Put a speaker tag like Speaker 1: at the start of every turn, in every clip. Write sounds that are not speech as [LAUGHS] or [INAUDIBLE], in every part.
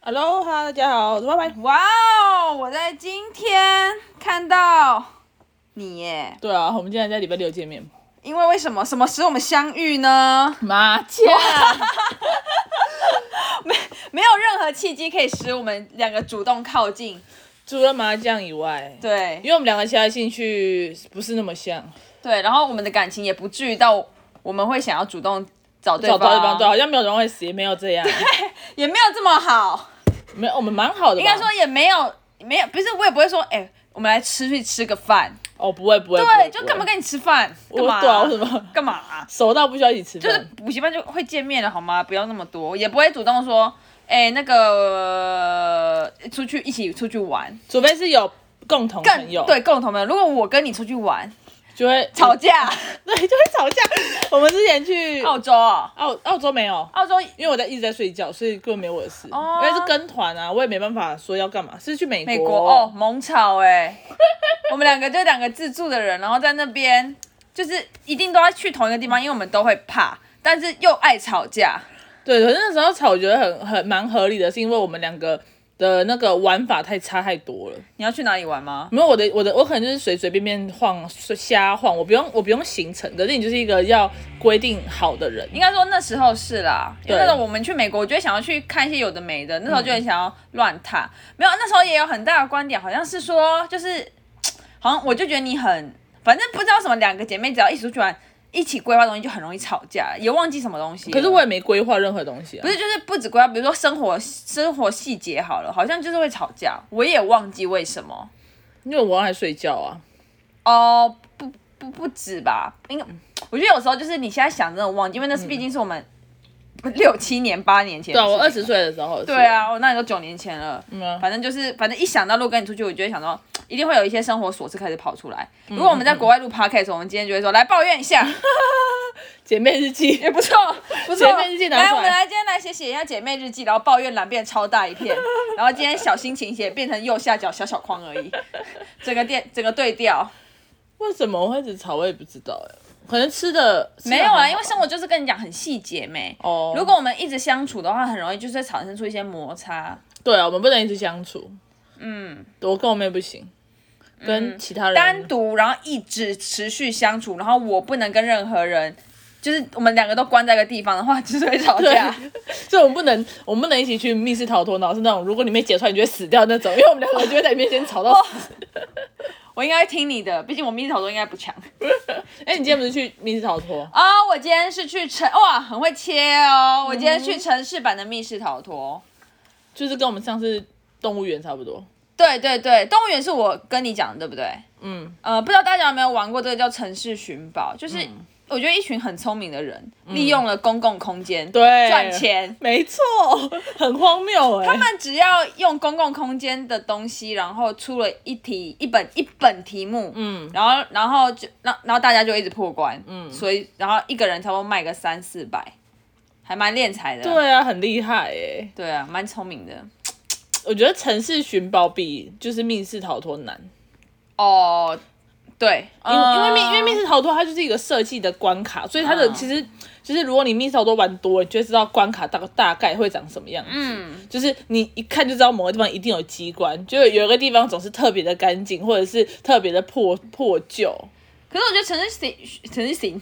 Speaker 1: Hello，哈，大家好，我是拜拜。
Speaker 2: 哇哦！我在今天看到你耶，
Speaker 1: 对啊，我们竟然在礼拜六见面，
Speaker 2: 因为为什么什么使我们相遇呢？
Speaker 1: 麻将。
Speaker 2: 没有任何契机可以使我们两个主动靠近。
Speaker 1: 除了麻将以外，因
Speaker 2: 对
Speaker 1: 为我们两个其他兴趣不是那么像，
Speaker 2: 对，然后我们的感情也不至于到我们会想要主动找对啊
Speaker 1: 找
Speaker 2: 方，
Speaker 1: 到对方对，好像没有人会死，也没有这样，
Speaker 2: 也没有这么好。
Speaker 1: 没有，我们蛮好的吧。
Speaker 2: 应该说也没有没有，不是我也不会说，哎、我们来吃去吃个饭。
Speaker 1: 哦，不会不会，
Speaker 2: 对，就干嘛
Speaker 1: 跟
Speaker 2: 跟你吃饭？干嘛？
Speaker 1: 对啊为什么
Speaker 2: 干嘛、
Speaker 1: 熟到不需要一起吃
Speaker 2: 就是
Speaker 1: 饭，
Speaker 2: 补习班就会见面了，好吗？不要那么多，也不会主动说，哎、那个呃出去一起出去玩，
Speaker 1: 除非是有共同
Speaker 2: 更
Speaker 1: 朋友，
Speaker 2: 对共同的。如果我跟你出去玩，
Speaker 1: 就会
Speaker 2: 吵，架，
Speaker 1: [LAUGHS] 对，就会吵
Speaker 2: [LAUGHS]
Speaker 1: 架。我们之前去
Speaker 2: 澳洲哦，
Speaker 1: 澳澳洲没有，
Speaker 2: 澳洲
Speaker 1: 因为我在一直在睡觉，所以根本没我的事。
Speaker 2: 哦
Speaker 1: 因为是跟团啊，我也没办法说要干嘛，是去美国。
Speaker 2: 美国哦，猛吵哎、我们两个就两个自助的人，然后在那边就是一定都要去同一个地方，因为我们都会怕，但是又爱吵架。
Speaker 1: 对，可是那时候吵，我觉得很很蛮合理的，是因为我们两个的那个玩法太差太多了。
Speaker 2: 你要去哪里玩吗？
Speaker 1: 没有我的我的我可能就是随随便便晃随瞎晃，我不用我不用行程，可是你就是一个要规定好的人。
Speaker 2: 应该说那时候是啦，因为
Speaker 1: 对
Speaker 2: 那时候我们去美国，我就会想要去看一些有的没的，那时候就很想要乱踏。没有，那时候也有很大的观点，好像是说，就是好像我就觉得你很，反正不知道什么，两个姐妹只要一起出去玩，一起规划东西就很容易吵架，也忘记什么东西了。
Speaker 1: 可是我也没规划任何东西啊
Speaker 2: 不，是就是不止规划，比如说生活生活细节好了，好像就是会吵架，我也忘记为什么
Speaker 1: 因为我爱睡觉啊。
Speaker 2: 哦，不不不止吧，应
Speaker 1: 嗯
Speaker 2: 该我觉得有时候就是你现在想真的忘记，因为那是毕竟是我们。 [LAUGHS] 六七年、八年前
Speaker 1: 对啊，
Speaker 2: 的事
Speaker 1: 我
Speaker 2: 情了，
Speaker 1: 二十岁的时候。
Speaker 2: 哦对，啊，我那也都九年前了。
Speaker 1: 嗯啊
Speaker 2: 反正就是，反正一想到录跟你出去，我就会想到，一定会有一些生活琐事开始跑出来。
Speaker 1: 嗯
Speaker 2: 如果我们在国外录 podcast，我们今天就会说来抱怨
Speaker 1: [LAUGHS]
Speaker 2: 一下，
Speaker 1: 姐妹日记
Speaker 2: 也不错，不错。
Speaker 1: 姐妹日记拿出来
Speaker 2: 来，我们来今天来写写一下姐妹日记，然后抱怨栏变超大一片，然后今天小心情写变成右下角小小框而已， [LAUGHS] 整个电整个对调
Speaker 1: 为什么我会一直吵，我也不知道哎、可能吃的
Speaker 2: 没有啊，因为
Speaker 1: 生
Speaker 2: 生活就是跟你讲很细节没。
Speaker 1: 哦，
Speaker 2: 如果我们一直相处的话，很容易就是会产生出一些摩擦。
Speaker 1: 对啊，我们不能一直相处。嗯，我跟我妹不行，跟其他人
Speaker 2: 嗯单独，然后一直持续相处，然后我不能跟任何人，就是我们两个都关在一个地方的话，就是会吵
Speaker 1: 对
Speaker 2: 架。，
Speaker 1: 所以我们不能，我们不能一起去密室逃脱，然后是那种如果你没解出来，你就会死掉那种，因为我们两个就会在里面先吵到
Speaker 2: 哦
Speaker 1: 死。
Speaker 2: 我应该听你的，毕竟我密室逃脱应该不强
Speaker 1: 哎、你今天不是去密室逃脱？
Speaker 2: 啊、我今天是去城，哇，很会切哦。我今天去城市版的密室逃脱。
Speaker 1: 就是跟我们上次动物园差不多。
Speaker 2: 对对对，动物园是我跟你讲的，对不对？
Speaker 1: 嗯，
Speaker 2: 呃，不知道大家有没有玩过这个叫城市寻宝，就是我觉得一群很聪明的人，利用了公共空间
Speaker 1: 对，
Speaker 2: 赚钱。
Speaker 1: 没错，很荒谬哎、
Speaker 2: 他们只要用公共空间的东西，然后出了一题一本一本题目，
Speaker 1: 嗯
Speaker 2: 然后然后就那然后大家就一直破关，
Speaker 1: 嗯
Speaker 2: 所以然后一个人差不多卖个三四百，还蛮敛财的，
Speaker 1: 对啊，很厉害哎、
Speaker 2: 对啊，蛮聪明的
Speaker 1: 我觉得城市寻宝比就是密室逃脱难，
Speaker 2: 哦，对，
Speaker 1: 因为因为密因
Speaker 2: 嗯
Speaker 1: 为密室逃脱它就是一个设计的关卡，所以它的
Speaker 2: 嗯
Speaker 1: 其实就是如果你密室逃脱玩多了，你就会知道关卡大大概会长什么样子。
Speaker 2: 嗯
Speaker 1: 就是你一看就知道某个地方一定有机关，就有一个地方总是特别的干净，或者是特别的破破旧。
Speaker 2: 可是我觉得城市行城市行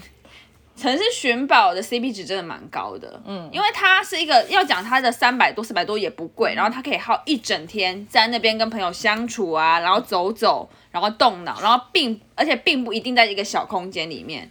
Speaker 2: 城市寻宝的 CP 值真的蛮高的，嗯，因为它是一个要讲它的三百多四百多也不贵，然后它可以耗一整天在那边跟朋友相处啊，然后走走，然后动脑，然后并而且并不一定在一个小空间里面，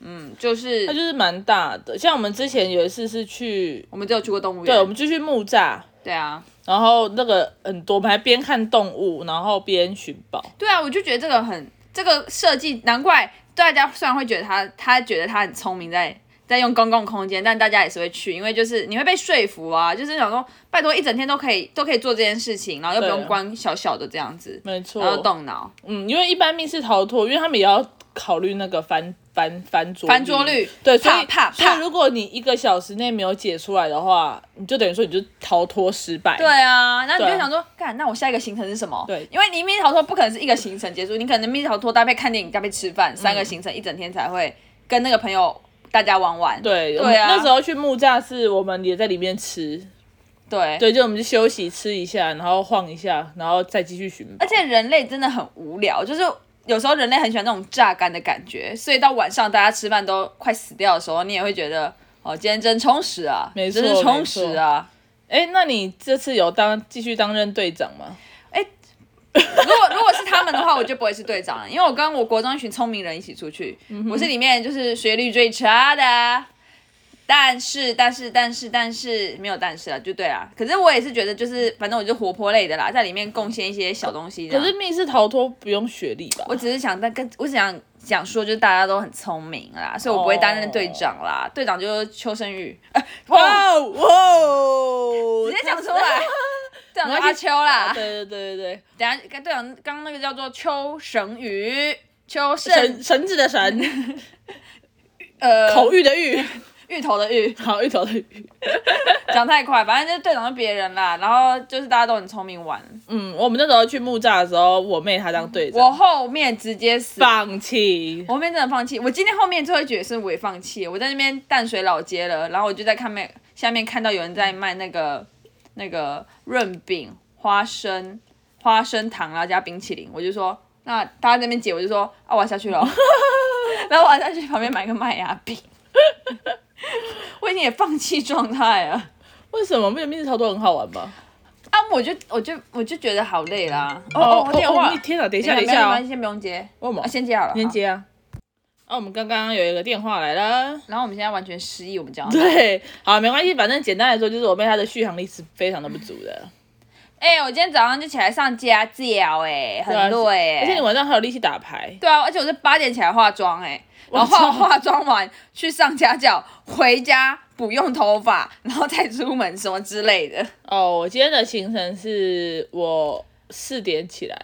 Speaker 2: 嗯，就是
Speaker 1: 它就是蛮大的。像我们之前有一次是去，
Speaker 2: 我们只有去过动物
Speaker 1: 对，我
Speaker 2: 园，
Speaker 1: 们就去木栅，
Speaker 2: 对啊，
Speaker 1: 然后那个很多，我们还边看动物，然后边寻宝。
Speaker 2: 对啊，我就觉得这个很这个设计，难怪大家虽然会觉得他他觉得他很聪明在。在用公共空间，但大家也是会去，因为就是你会被说服啊，就是想说，拜托一整天都可以都可以做这件事情，然后又不
Speaker 1: 对
Speaker 2: 用关小小的这样子，
Speaker 1: 没错
Speaker 2: 然，后动脑
Speaker 1: 嗯，因为一般密室逃脱，因为他们也要考虑那个翻翻翻桌
Speaker 2: 翻桌率，
Speaker 1: 对，所
Speaker 2: 怕
Speaker 1: 以
Speaker 2: 怕
Speaker 1: 所以
Speaker 2: 怕，
Speaker 1: 如果你一个小时内没有解出来的话，你就等于说你就逃脱失败。
Speaker 2: 对啊，那你
Speaker 1: 对
Speaker 2: 就想说，干，那我下一个行程是什么？
Speaker 1: 对
Speaker 2: 因为你密室逃脱不可能是一个行程结束，你可能密室逃脱搭配看电影、搭配吃饭，三
Speaker 1: 嗯
Speaker 2: 个行程一整天才会跟那个朋友大家玩玩，
Speaker 1: 对，我
Speaker 2: 对
Speaker 1: 们
Speaker 2: 啊
Speaker 1: 那时候去木栅是我们也在里面吃，
Speaker 2: 对，
Speaker 1: 对，就我们就休息吃一下，然后晃一下，然后再继续寻宝
Speaker 2: 而。且人类真的很无聊，就是有时候人类很喜欢那种榨干的感觉，所以到晚上大家吃饭都快死掉的时候，你也会觉得哦，今天真充实啊，
Speaker 1: 没错
Speaker 2: 真是充实啊。
Speaker 1: 哎，那你这次有当继续担任队长吗？
Speaker 2: 如果如果是他们的话，我就不会是队长了，因为我跟我国中一群聪明人一起出去，
Speaker 1: 嗯
Speaker 2: 我是里面就是学历最差的啊。但是但是但是但是没有但是啊，就对啊。可是我也是觉得，就是反正我就活泼类的啦，在里面贡献一些小东西这
Speaker 1: 可
Speaker 2: 样。
Speaker 1: 是密室逃脱不用学历吧？
Speaker 2: 我只是想但跟我只想想说，就是大家都很聪明啦，所以我不会担任队长啦。队长就是邱生 [LAUGHS] 玉，呃哇，
Speaker 1: 哦哇哦！
Speaker 2: 直接讲出来，队长就阿秋啦。等
Speaker 1: 啊对对对对
Speaker 2: 一下跟队长刚刚那个叫做邱神宇，邱
Speaker 1: 对，绳
Speaker 2: 胜
Speaker 1: 绳子的绳，
Speaker 2: 呃
Speaker 1: 口玉的
Speaker 2: [LAUGHS]
Speaker 1: 玉，
Speaker 2: 芋头的芋，
Speaker 1: 好一头的玉。
Speaker 2: 讲太快，反正就是队长是别人啦。然后就是大家都很聪明玩，
Speaker 1: 嗯，我们那时候去木栅的时候，我妹她当队
Speaker 2: 我
Speaker 1: 长，
Speaker 2: 后面直接死
Speaker 1: 放弃。
Speaker 2: 我后面真的放弃，我今天后面最后一局也是我也放弃，我在那边淡水老街了，然后我就在看面下面看到有人在卖那个那个润饼、花生、花生糖，然后加冰淇淋，我就说那大家在那边解，我就说啊我要下去了， [LAUGHS] 然后我要下去旁边买个麦芽饼， [LAUGHS] 我已经也放弃状态了。
Speaker 1: 为什么？不觉得密室逃脱很好玩吗？
Speaker 2: 啊，我就我就我就觉得好累啦。哦哦，我电话，
Speaker 1: 哦天哪！等一下，
Speaker 2: 没
Speaker 1: 等一
Speaker 2: 有没有
Speaker 1: 下
Speaker 2: 关
Speaker 1: 哦
Speaker 2: 系，先不用接，
Speaker 1: 为什么
Speaker 2: 啊，先接好了，
Speaker 1: 连
Speaker 2: 好。
Speaker 1: 接啊。啊，我们刚刚有一个电话来了。 [LAUGHS]
Speaker 2: 然后我们现在完全失忆，我们讲到哪
Speaker 1: 对，好，没关系，反正简单来说，就是我妹她的续航力是非常的不足的，
Speaker 2: 哎、我今天早上就起来上家教、
Speaker 1: 对
Speaker 2: 哎，
Speaker 1: 啊
Speaker 2: 很累、
Speaker 1: 而且你
Speaker 2: 哎。
Speaker 1: 晚上还有力气打牌，
Speaker 2: 对啊，而且我是八点起来化妆、哎，然后
Speaker 1: 操
Speaker 2: 化化妆完去上家教， [LAUGHS] 回家补用头发，然后再出门什么之类的。
Speaker 1: 哦，我今天的行程是我四点起来，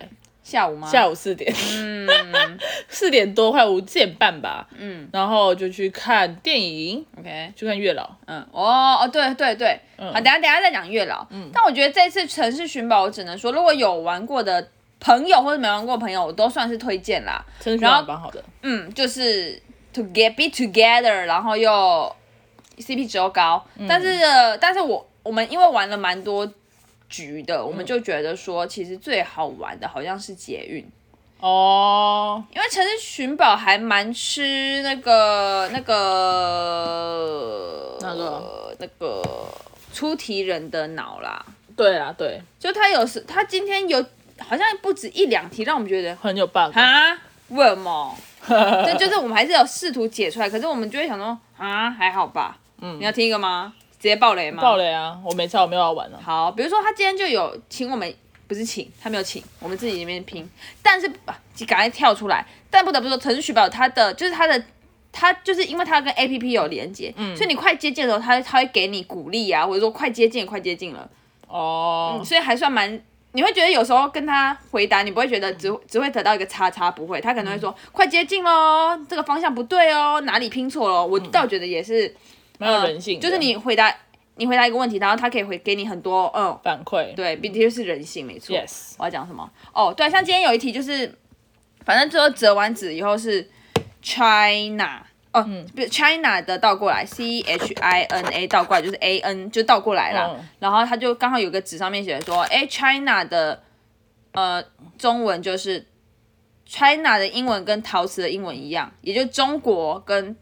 Speaker 2: 下午吗？
Speaker 1: 下
Speaker 2: 午。
Speaker 1: 午四点，
Speaker 2: 嗯，
Speaker 1: [LAUGHS] 四点多快五四点半吧，
Speaker 2: 嗯
Speaker 1: 然后就去看电影，
Speaker 2: ，OK，
Speaker 1: 去看月老。
Speaker 2: 嗯，哦哦，对对对，
Speaker 1: 嗯
Speaker 2: 好，等一下等一下再讲月老。但我觉得这次城市寻宝，我只能说，如果有玩过的朋友或者没玩过的朋友，我都算是推荐啦。
Speaker 1: 真的
Speaker 2: 然后
Speaker 1: 蛮好的，
Speaker 2: 嗯，就是 to get be together，然后又 CP 值又高，但是呃但是我我们因为玩了蛮多局的，我们就觉得说，其实最好玩的好像是捷运，
Speaker 1: 哦，
Speaker 2: 因为城市寻宝还蛮吃那个那个
Speaker 1: 那个
Speaker 2: 那个出题人的脑啦，
Speaker 1: 对啊，对，
Speaker 2: 就他有时他今天有好像不止一两题让我们觉得
Speaker 1: 很有 bug，
Speaker 2: 啊，为什 [LAUGHS] 么？对，就是我们还是有试图解出来，可是我们就会想说啊，还好吧。嗯，你要听一个吗？直接爆雷吗？
Speaker 1: 爆。雷啊！我没差，我没有要玩啊。
Speaker 2: 好，比如说他今天就有请我们，不是请，他没有请，我们自己里面拼，但是啊赶快跳出来。但不得不说，程序许宝他的就是他的。他就是因为他跟 A P P 有连接，所以你快接近的时候，他他会给你鼓励啊，或者说快接近，快接近了，
Speaker 1: 哦，
Speaker 2: 所以还算蛮，你会觉得有时候跟他回答，你不会觉得只只会得到一个叉叉，不会，他可能
Speaker 1: 嗯
Speaker 2: 会说、快接近喽，这个方向不对哦，哪里拼错了哦，我倒觉得也是，
Speaker 1: 蛮有
Speaker 2: 呃
Speaker 1: 嗯人性的，
Speaker 2: 就是你回答你回答一个问题，然后他可以回给你很多，嗯，
Speaker 1: 反馈，
Speaker 2: 对，毕竟是人性，没错。
Speaker 1: ，yes，
Speaker 2: 我要讲什么？哦，对，像今天有一题就是，反正最后折完纸以后是 China。哦，不是 China 的倒过来，C H I N A 倒过来就是 A N，就倒过来啦。
Speaker 1: 嗯
Speaker 2: 然后他就刚好有个纸上面写的说，哎，China 的呃中文就是 China 的英文跟陶瓷的英文一样，也就中国跟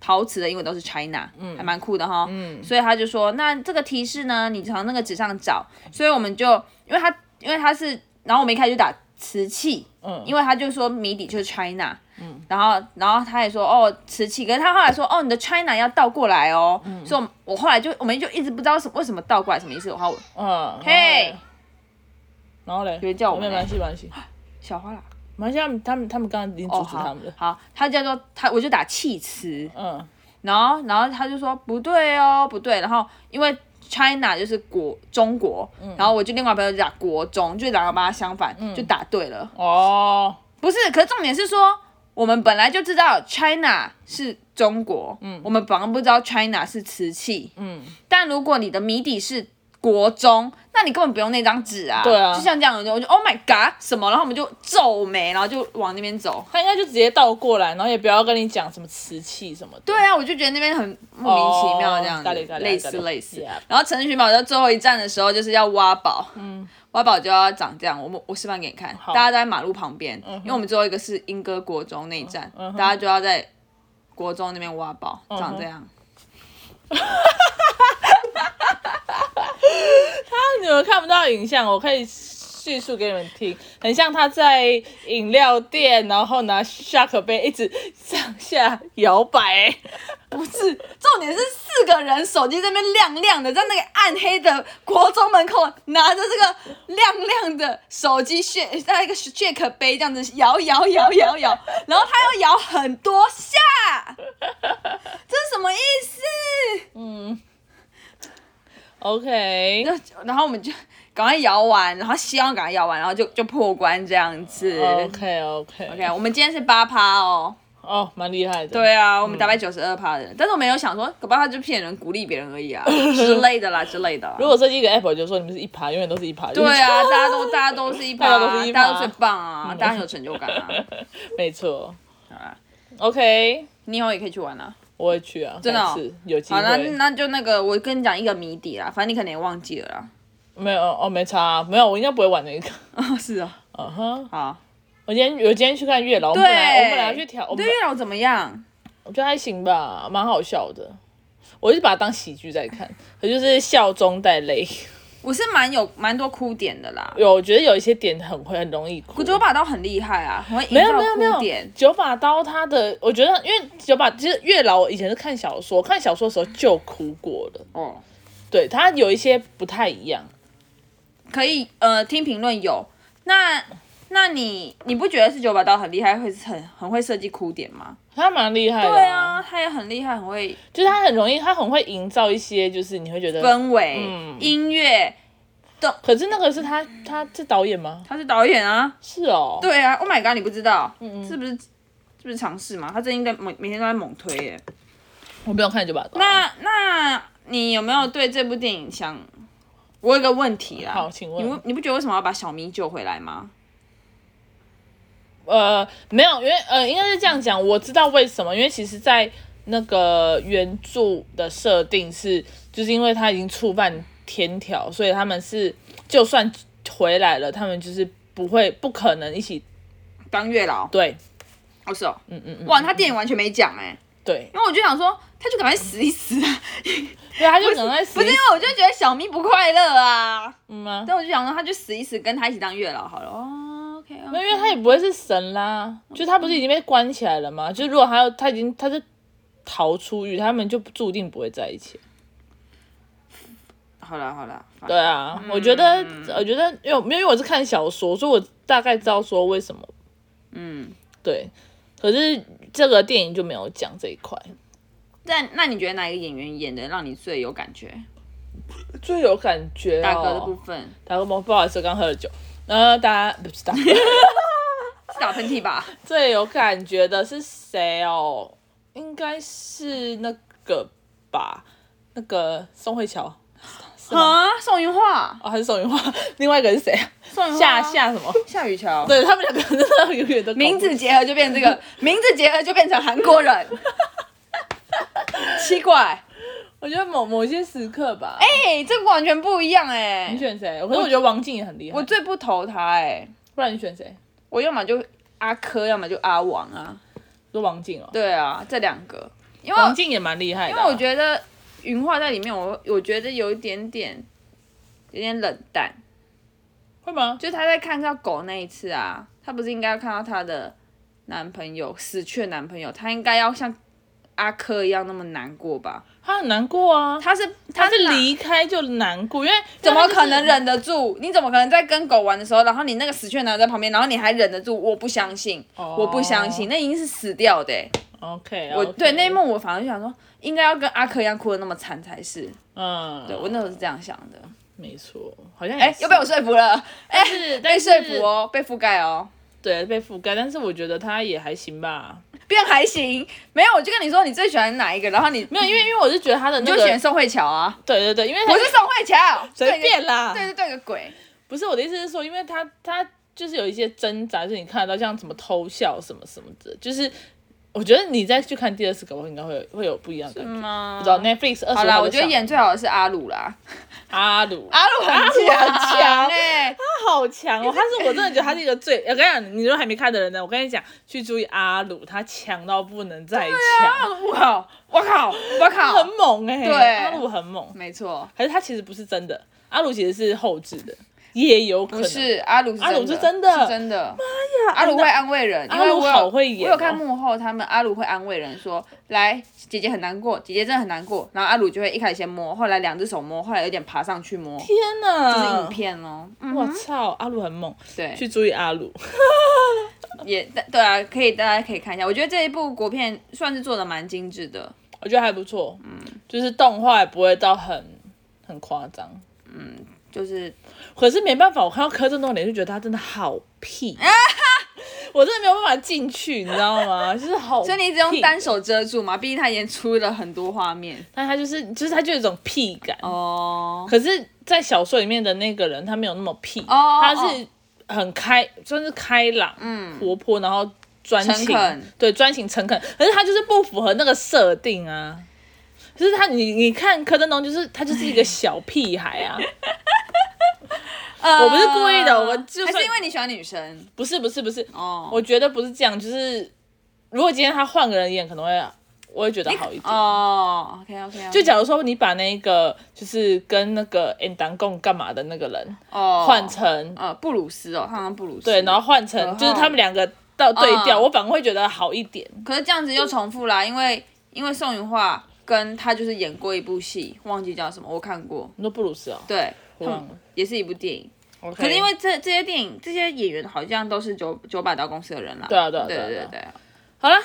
Speaker 2: 陶瓷的英文都是 China，嗯，还蛮酷的哈。嗯，所以他就说，那这个提示呢，你从那个纸上找。所以我们就，因为他因为他是，然后我们一开始就打瓷器，
Speaker 1: 嗯
Speaker 2: 因为他就说谜底就是 China，嗯，然后然后他也说哦瓷器，可是他后来说哦你的 China 要倒过来哦，
Speaker 1: 嗯
Speaker 2: 所以我我后来就我们就一直不知道什为什么倒过来什么意思，然后
Speaker 1: 嗯，
Speaker 2: 嘿
Speaker 1: 然后嘞，
Speaker 2: 有人叫我
Speaker 1: 没
Speaker 2: 们
Speaker 1: 有
Speaker 2: 嘞
Speaker 1: 关系，没关系，
Speaker 2: 小花啦，
Speaker 1: 没关系，他们他们他们刚刚已经
Speaker 2: 哦
Speaker 1: 阻止他
Speaker 2: 好
Speaker 1: 们了，
Speaker 2: 好，他叫做他我就打弃瓷，
Speaker 1: 嗯，
Speaker 2: 然后然后他就说不对哦不对，然后因为。China 就是国中国，
Speaker 1: 嗯
Speaker 2: 然后我就另外朋友就打国中，就两个把它相反，就打对了。
Speaker 1: 哦，
Speaker 2: 不是，可是重点是说，我们本来就知道 China 是中国，嗯，我们反而不知道 China 是瓷器，
Speaker 1: 嗯，
Speaker 2: 但如果你的谜底是国中，那你根本不用那张纸啊。
Speaker 1: 对啊
Speaker 2: 就像这样，我就我就 Oh my God 什么，然后我们就皱眉，然后就往那边走。
Speaker 1: 他应该就直接倒过来，然后也不要跟你讲什么瓷器什么的。
Speaker 2: 对啊，我就觉得那边很莫名其妙这样子
Speaker 1: 哦咖喱咖喱
Speaker 2: 类似
Speaker 1: 咖喱
Speaker 2: 类似
Speaker 1: Yeah。
Speaker 2: 然后城市寻宝到最后一站的时候，就是要挖宝，嗯，挖宝就要长这样，我们我示范给你看，大家都在马路旁边，
Speaker 1: 嗯
Speaker 2: 因为我们最后一个是莺歌国中那一站，大家就要在国中那边挖宝，
Speaker 1: 嗯
Speaker 2: 长这样。
Speaker 1: [LAUGHS] 你们看不到影像，我可以叙述给你们听。很像他在饮料店，然后拿 shark 杯一直上下摇摆、 [LAUGHS]
Speaker 2: 不是，重点是四个人手机这边亮亮的，在那个暗黑的国中门口拿着这个亮亮的手机炫，在一个 shake 杯这样子摇摇摇摇摇，然后他要摇很多下，这是什么意思？
Speaker 1: OK，
Speaker 2: 然后然后我们就赶快摇完，然后希望赶快摇完，然后就就破关这样子。
Speaker 1: OK OK
Speaker 2: OK，我们今天是八趴哦。
Speaker 1: 哦，蛮厉害的。，
Speaker 2: 对啊，我们打败九十二趴的人，但是我没有想说，搞不好他就骗人鼓励别人而已啊之类的啦之类的啦。
Speaker 1: 如果设计一个 app，我就说你们是一趴，永远都是一趴。
Speaker 2: 对
Speaker 1: [LAUGHS]
Speaker 2: 啊，大家都大家都是一趴
Speaker 1: 大家都
Speaker 2: 啊，
Speaker 1: 是一趴嗯
Speaker 2: 大家都最棒啊，大家很有成就
Speaker 1: [LAUGHS]
Speaker 2: 感啊。
Speaker 1: 就是，没错。
Speaker 2: 好啊啦
Speaker 1: OK，
Speaker 2: 你以后也可以去玩啊。
Speaker 1: 我会去啊，
Speaker 2: 真的哦
Speaker 1: 下次有机
Speaker 2: 好啦，
Speaker 1: 会。
Speaker 2: 那就那个，我跟你讲一个谜底啦，反正你可能也忘记了啦。
Speaker 1: 没有哦，没差啊、没有，我应该不会玩那个。 [LAUGHS]
Speaker 2: 啊，是啊，
Speaker 1: 嗯哼，
Speaker 2: 好。
Speaker 1: 我今天我今天去看月老，我
Speaker 2: 对，
Speaker 1: 们本来我们本来要去调，我
Speaker 2: 对
Speaker 1: 们
Speaker 2: 月老怎么样？
Speaker 1: 我觉得还行吧，蛮好笑的。我就把它当喜剧在看，可就是笑中带泪。
Speaker 2: 我是蛮有蛮多哭点的啦。
Speaker 1: 有，我觉得有一些点很会很容易哭。
Speaker 2: 古九把刀很厉害啊，很会营
Speaker 1: 没有没
Speaker 2: 造
Speaker 1: 有没
Speaker 2: 哭
Speaker 1: 有
Speaker 2: 点，。
Speaker 1: 九把刀它的，我觉得因为九把其实月老，我以前是看小说，看小说的时候就哭过了。
Speaker 2: 哦，
Speaker 1: 对，它有一些不太一样。
Speaker 2: 可以呃，听评论有那。那你你不觉得是九把刀很厉害，会很很会设计哭点吗？
Speaker 1: 他蛮厉害的、
Speaker 2: 对，啊，他也很厉害，很会
Speaker 1: 就是他很容易，他很会营造一些，就是你会觉得，
Speaker 2: 氛围、
Speaker 1: 嗯
Speaker 2: 音乐，
Speaker 1: 可是那个是他，他是导演吗？
Speaker 2: 他是导演啊。
Speaker 1: 是哦，嗯
Speaker 2: 对啊，Oh my god，你不知道，是不是？是不是尝试嘛？他最近在每每天都在猛推耶。
Speaker 1: 我没有看九把刀。
Speaker 2: 那那你有没有对这部电影想？我有一个问题啦，
Speaker 1: 好请问
Speaker 2: 你不你不觉得为什么要把小咪救回来吗？
Speaker 1: 呃，没有，因为呃，应该是这样讲，我知道为什么，因为其实，在那个原著的设定是，就是因为他已经触犯天条，所以他们是就算回来了，他们就是不会不可能一起
Speaker 2: 当月老，
Speaker 1: 对
Speaker 2: 哦是哦，嗯嗯嗯，哇，他电影完全没讲哎，
Speaker 1: [LAUGHS] 对，
Speaker 2: 因为我就想说，他就赶快死一
Speaker 1: [LAUGHS]
Speaker 2: 死啊，
Speaker 1: 所以他就可能会死
Speaker 2: 不是因为我就觉得小咪不快乐啊，
Speaker 1: 嗯吗？
Speaker 2: 但我就想说他就死一死，跟他一起当月老好了。哦，OK，
Speaker 1: 没有，因为他也不会是神啦，就他不是已经被关起来了吗？就如果他他已经他是逃出狱，他们就注定不会在一起。
Speaker 2: 好了好了，反
Speaker 1: 对啊，我觉得我觉得因为没有因为我是看小说，所以我大概知道说为什么
Speaker 2: 嗯，
Speaker 1: 对，可是这个电影就没有讲这一块。
Speaker 2: 但那你觉得哪一个演员演的让你最有感觉？
Speaker 1: 最有感觉、哦，
Speaker 2: 啊大哥的部，分
Speaker 1: 大哥吗，不好意思，刚喝了酒。呃，大家不是大
Speaker 2: [LAUGHS]
Speaker 1: 哥，
Speaker 2: 是打喷嚏吧？
Speaker 1: 最有感觉的是谁哦？应该是那个吧，那个宋慧乔吗
Speaker 2: 啊，宋云画，
Speaker 1: 哦，还是宋云花？ [LAUGHS] 另外一个是谁啊？
Speaker 2: 宋云画
Speaker 1: 夏夏什么？
Speaker 2: 夏雨乔，
Speaker 1: 对他们两个真的永远都搞不
Speaker 2: 名字结合就变这 [LAUGHS] 个，名字结合就变成韩国人，奇怪，
Speaker 1: 我觉得某某些时刻吧。
Speaker 2: 哎、这个完全不一样哎、
Speaker 1: 你选谁？可是我觉得王静也很厉害。
Speaker 2: 我最不投他哎、
Speaker 1: 不然你选谁？
Speaker 2: 我要么就阿珂，要么就阿王啊，
Speaker 1: 说王静哦，
Speaker 2: 对啊，这两个，因为
Speaker 1: 王静也蛮厉害的
Speaker 2: 因
Speaker 1: 啊、
Speaker 2: 为我觉得云画在里面我，我觉得有一点点有点冷淡，
Speaker 1: 会吗？
Speaker 2: 就他在看到狗那一次啊，他不是应该要看到他的男朋友死去的男朋友，他应该要像阿珂一样那么难过吧？
Speaker 1: 他很难过啊，
Speaker 2: 他是
Speaker 1: 他是
Speaker 2: 哪
Speaker 1: 离啊开就难过，因为
Speaker 2: 怎么可能？忍得住？你怎么可能在跟狗玩的时候，然后你那个死去的男友在旁边，然后你还忍得住？我不相信，
Speaker 1: 哦
Speaker 2: 我不相信，那已经是死掉的欸、
Speaker 1: OK，
Speaker 2: 我对那一，幕，我反而就想说，应该要跟阿珂一样哭的那么惨才是。
Speaker 1: 嗯，
Speaker 2: 对我那时候是这样想的。
Speaker 1: 没错，好像
Speaker 2: 哎、
Speaker 1: 哎
Speaker 2: 又被我说服了，哎、
Speaker 1: 是
Speaker 2: 被
Speaker 1: 但是
Speaker 2: 说服哦，被覆盖哦。
Speaker 1: 对被覆盖，但是我觉得他也还行吧，
Speaker 2: 变还行。没有，我就跟你说你最喜欢哪一个，然后你
Speaker 1: 没有，因为因为我是觉得他的
Speaker 2: 你
Speaker 1: 那
Speaker 2: 就
Speaker 1: 个，
Speaker 2: 选宋慧乔啊。
Speaker 1: 对对对，因为他
Speaker 2: 我是宋慧乔，
Speaker 1: 随便啦，
Speaker 2: 对，对对对个鬼。
Speaker 1: 不是我的意思是说，因为他他就是有一些挣扎，就是你看得到像什么偷笑什么什么的，就是我觉得你再去看第二次，搞不好应该会有会有不一样的感觉。
Speaker 2: 吗
Speaker 1: 不知道 Netflix 二十
Speaker 2: 好啦，我觉得演最好的是阿鲁啦，
Speaker 1: 阿鲁，
Speaker 2: 阿鲁很
Speaker 1: 很强
Speaker 2: 哎、欸，
Speaker 1: 他好强哦！他是我真的觉得他是一个最……我跟你讲，你如果还没看的人呢，我跟你讲，去注意阿鲁，他强到不能再强，
Speaker 2: 我靠，我靠，我
Speaker 1: 他
Speaker 2: 靠
Speaker 1: 很，猛哎、
Speaker 2: 啊对
Speaker 1: 阿鲁很猛，
Speaker 2: 没错，
Speaker 1: 还是他其实不是真的，阿鲁其实是后置的，也有可
Speaker 2: 不
Speaker 1: 能。
Speaker 2: 是阿鲁，
Speaker 1: 阿鲁是真
Speaker 2: 真
Speaker 1: 的
Speaker 2: 是真的。妈呀，阿鲁会安慰人，因
Speaker 1: 阿
Speaker 2: 为
Speaker 1: 鲁
Speaker 2: 我有
Speaker 1: 好会演哦
Speaker 2: 我有看幕后，他们阿鲁会安慰人说，来，姐姐很难过，姐姐真的很难过，然后阿鲁就会一开始先摸，后来两只手摸，后来有点爬上去摸，
Speaker 1: 天哪！
Speaker 2: 这是影。片哦，嗯，
Speaker 1: 我操，阿鲁很猛，
Speaker 2: 对，
Speaker 1: 去注意阿鲁。
Speaker 2: 也对啊，可以，大家可以看一下，我觉得这一部国片算是做的蛮精致的，
Speaker 1: 我觉得还不错，嗯，就是动画也不会到很很夸张，
Speaker 2: 就是
Speaker 1: 可是没办法，我看到柯震东的脸就觉得他真的好
Speaker 2: 啊
Speaker 1: 屁，我真的没有办法进去，你知道吗？就是好，
Speaker 2: 所以你一直用单，手遮住嘛，毕竟他已经出了很多画面
Speaker 1: 但他就是就是他就有一种屁感，
Speaker 2: 哦。
Speaker 1: 可是，在小说里面的那个人他没有那么屁，
Speaker 2: 哦
Speaker 1: 他是很开，算是开朗，嗯，活泼，然后专
Speaker 2: 诚
Speaker 1: 情
Speaker 2: 恳，
Speaker 1: 对，专情诚恳，可是他就是不符合那个设定啊。就是他，你你看柯震东，就是他就是一个小屁孩
Speaker 2: [LAUGHS]
Speaker 1: 啊，
Speaker 2: 呃
Speaker 1: 我不是故意的我就
Speaker 2: 还
Speaker 1: 算
Speaker 2: 是因为你喜欢女生
Speaker 1: 不是不是不是，
Speaker 2: 哦。
Speaker 1: 我觉得不是这样，就是如果今天他换个人演，可能会我会觉得好一点。
Speaker 2: 哦，OK OK，
Speaker 1: 就假如说你把那个就是跟那个 N 党共干嘛的那个人换
Speaker 2: 换
Speaker 1: 成
Speaker 2: 哦呃布鲁斯哦，他好像布鲁斯
Speaker 1: 对，然后换
Speaker 2: 然
Speaker 1: 成
Speaker 2: 后
Speaker 1: 就是他们两个到对调，
Speaker 2: 嗯
Speaker 1: 我反而会觉得好一点。
Speaker 2: 可是这样子又重复啦，因为因为宋云桦跟他就是演过一部戏，忘记叫什么，我看过，
Speaker 1: 你说布鲁斯哦，
Speaker 2: 对，他
Speaker 1: 忘
Speaker 2: 们
Speaker 1: 了
Speaker 2: 也是一部电影。
Speaker 1: OK，
Speaker 2: 可是因为这这些电影这些演员好像都是九九把刀公司的人啦，
Speaker 1: 对啊对啊
Speaker 2: 对
Speaker 1: 对啊对
Speaker 2: 对
Speaker 1: 啊
Speaker 2: 对啊，
Speaker 1: 好了，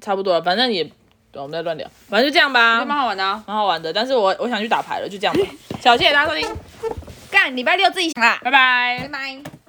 Speaker 1: 差不多了，反正也对我们在乱聊，反正就这样吧，
Speaker 2: 还蛮
Speaker 1: 蛮
Speaker 2: 好玩的啊。
Speaker 1: 好玩的。但是我
Speaker 2: [LAUGHS]
Speaker 1: 我想去打牌了，就这样吧。小谢谢大家收听，
Speaker 2: 干，礼拜六自己想啦，
Speaker 1: 拜拜
Speaker 2: 拜。拜。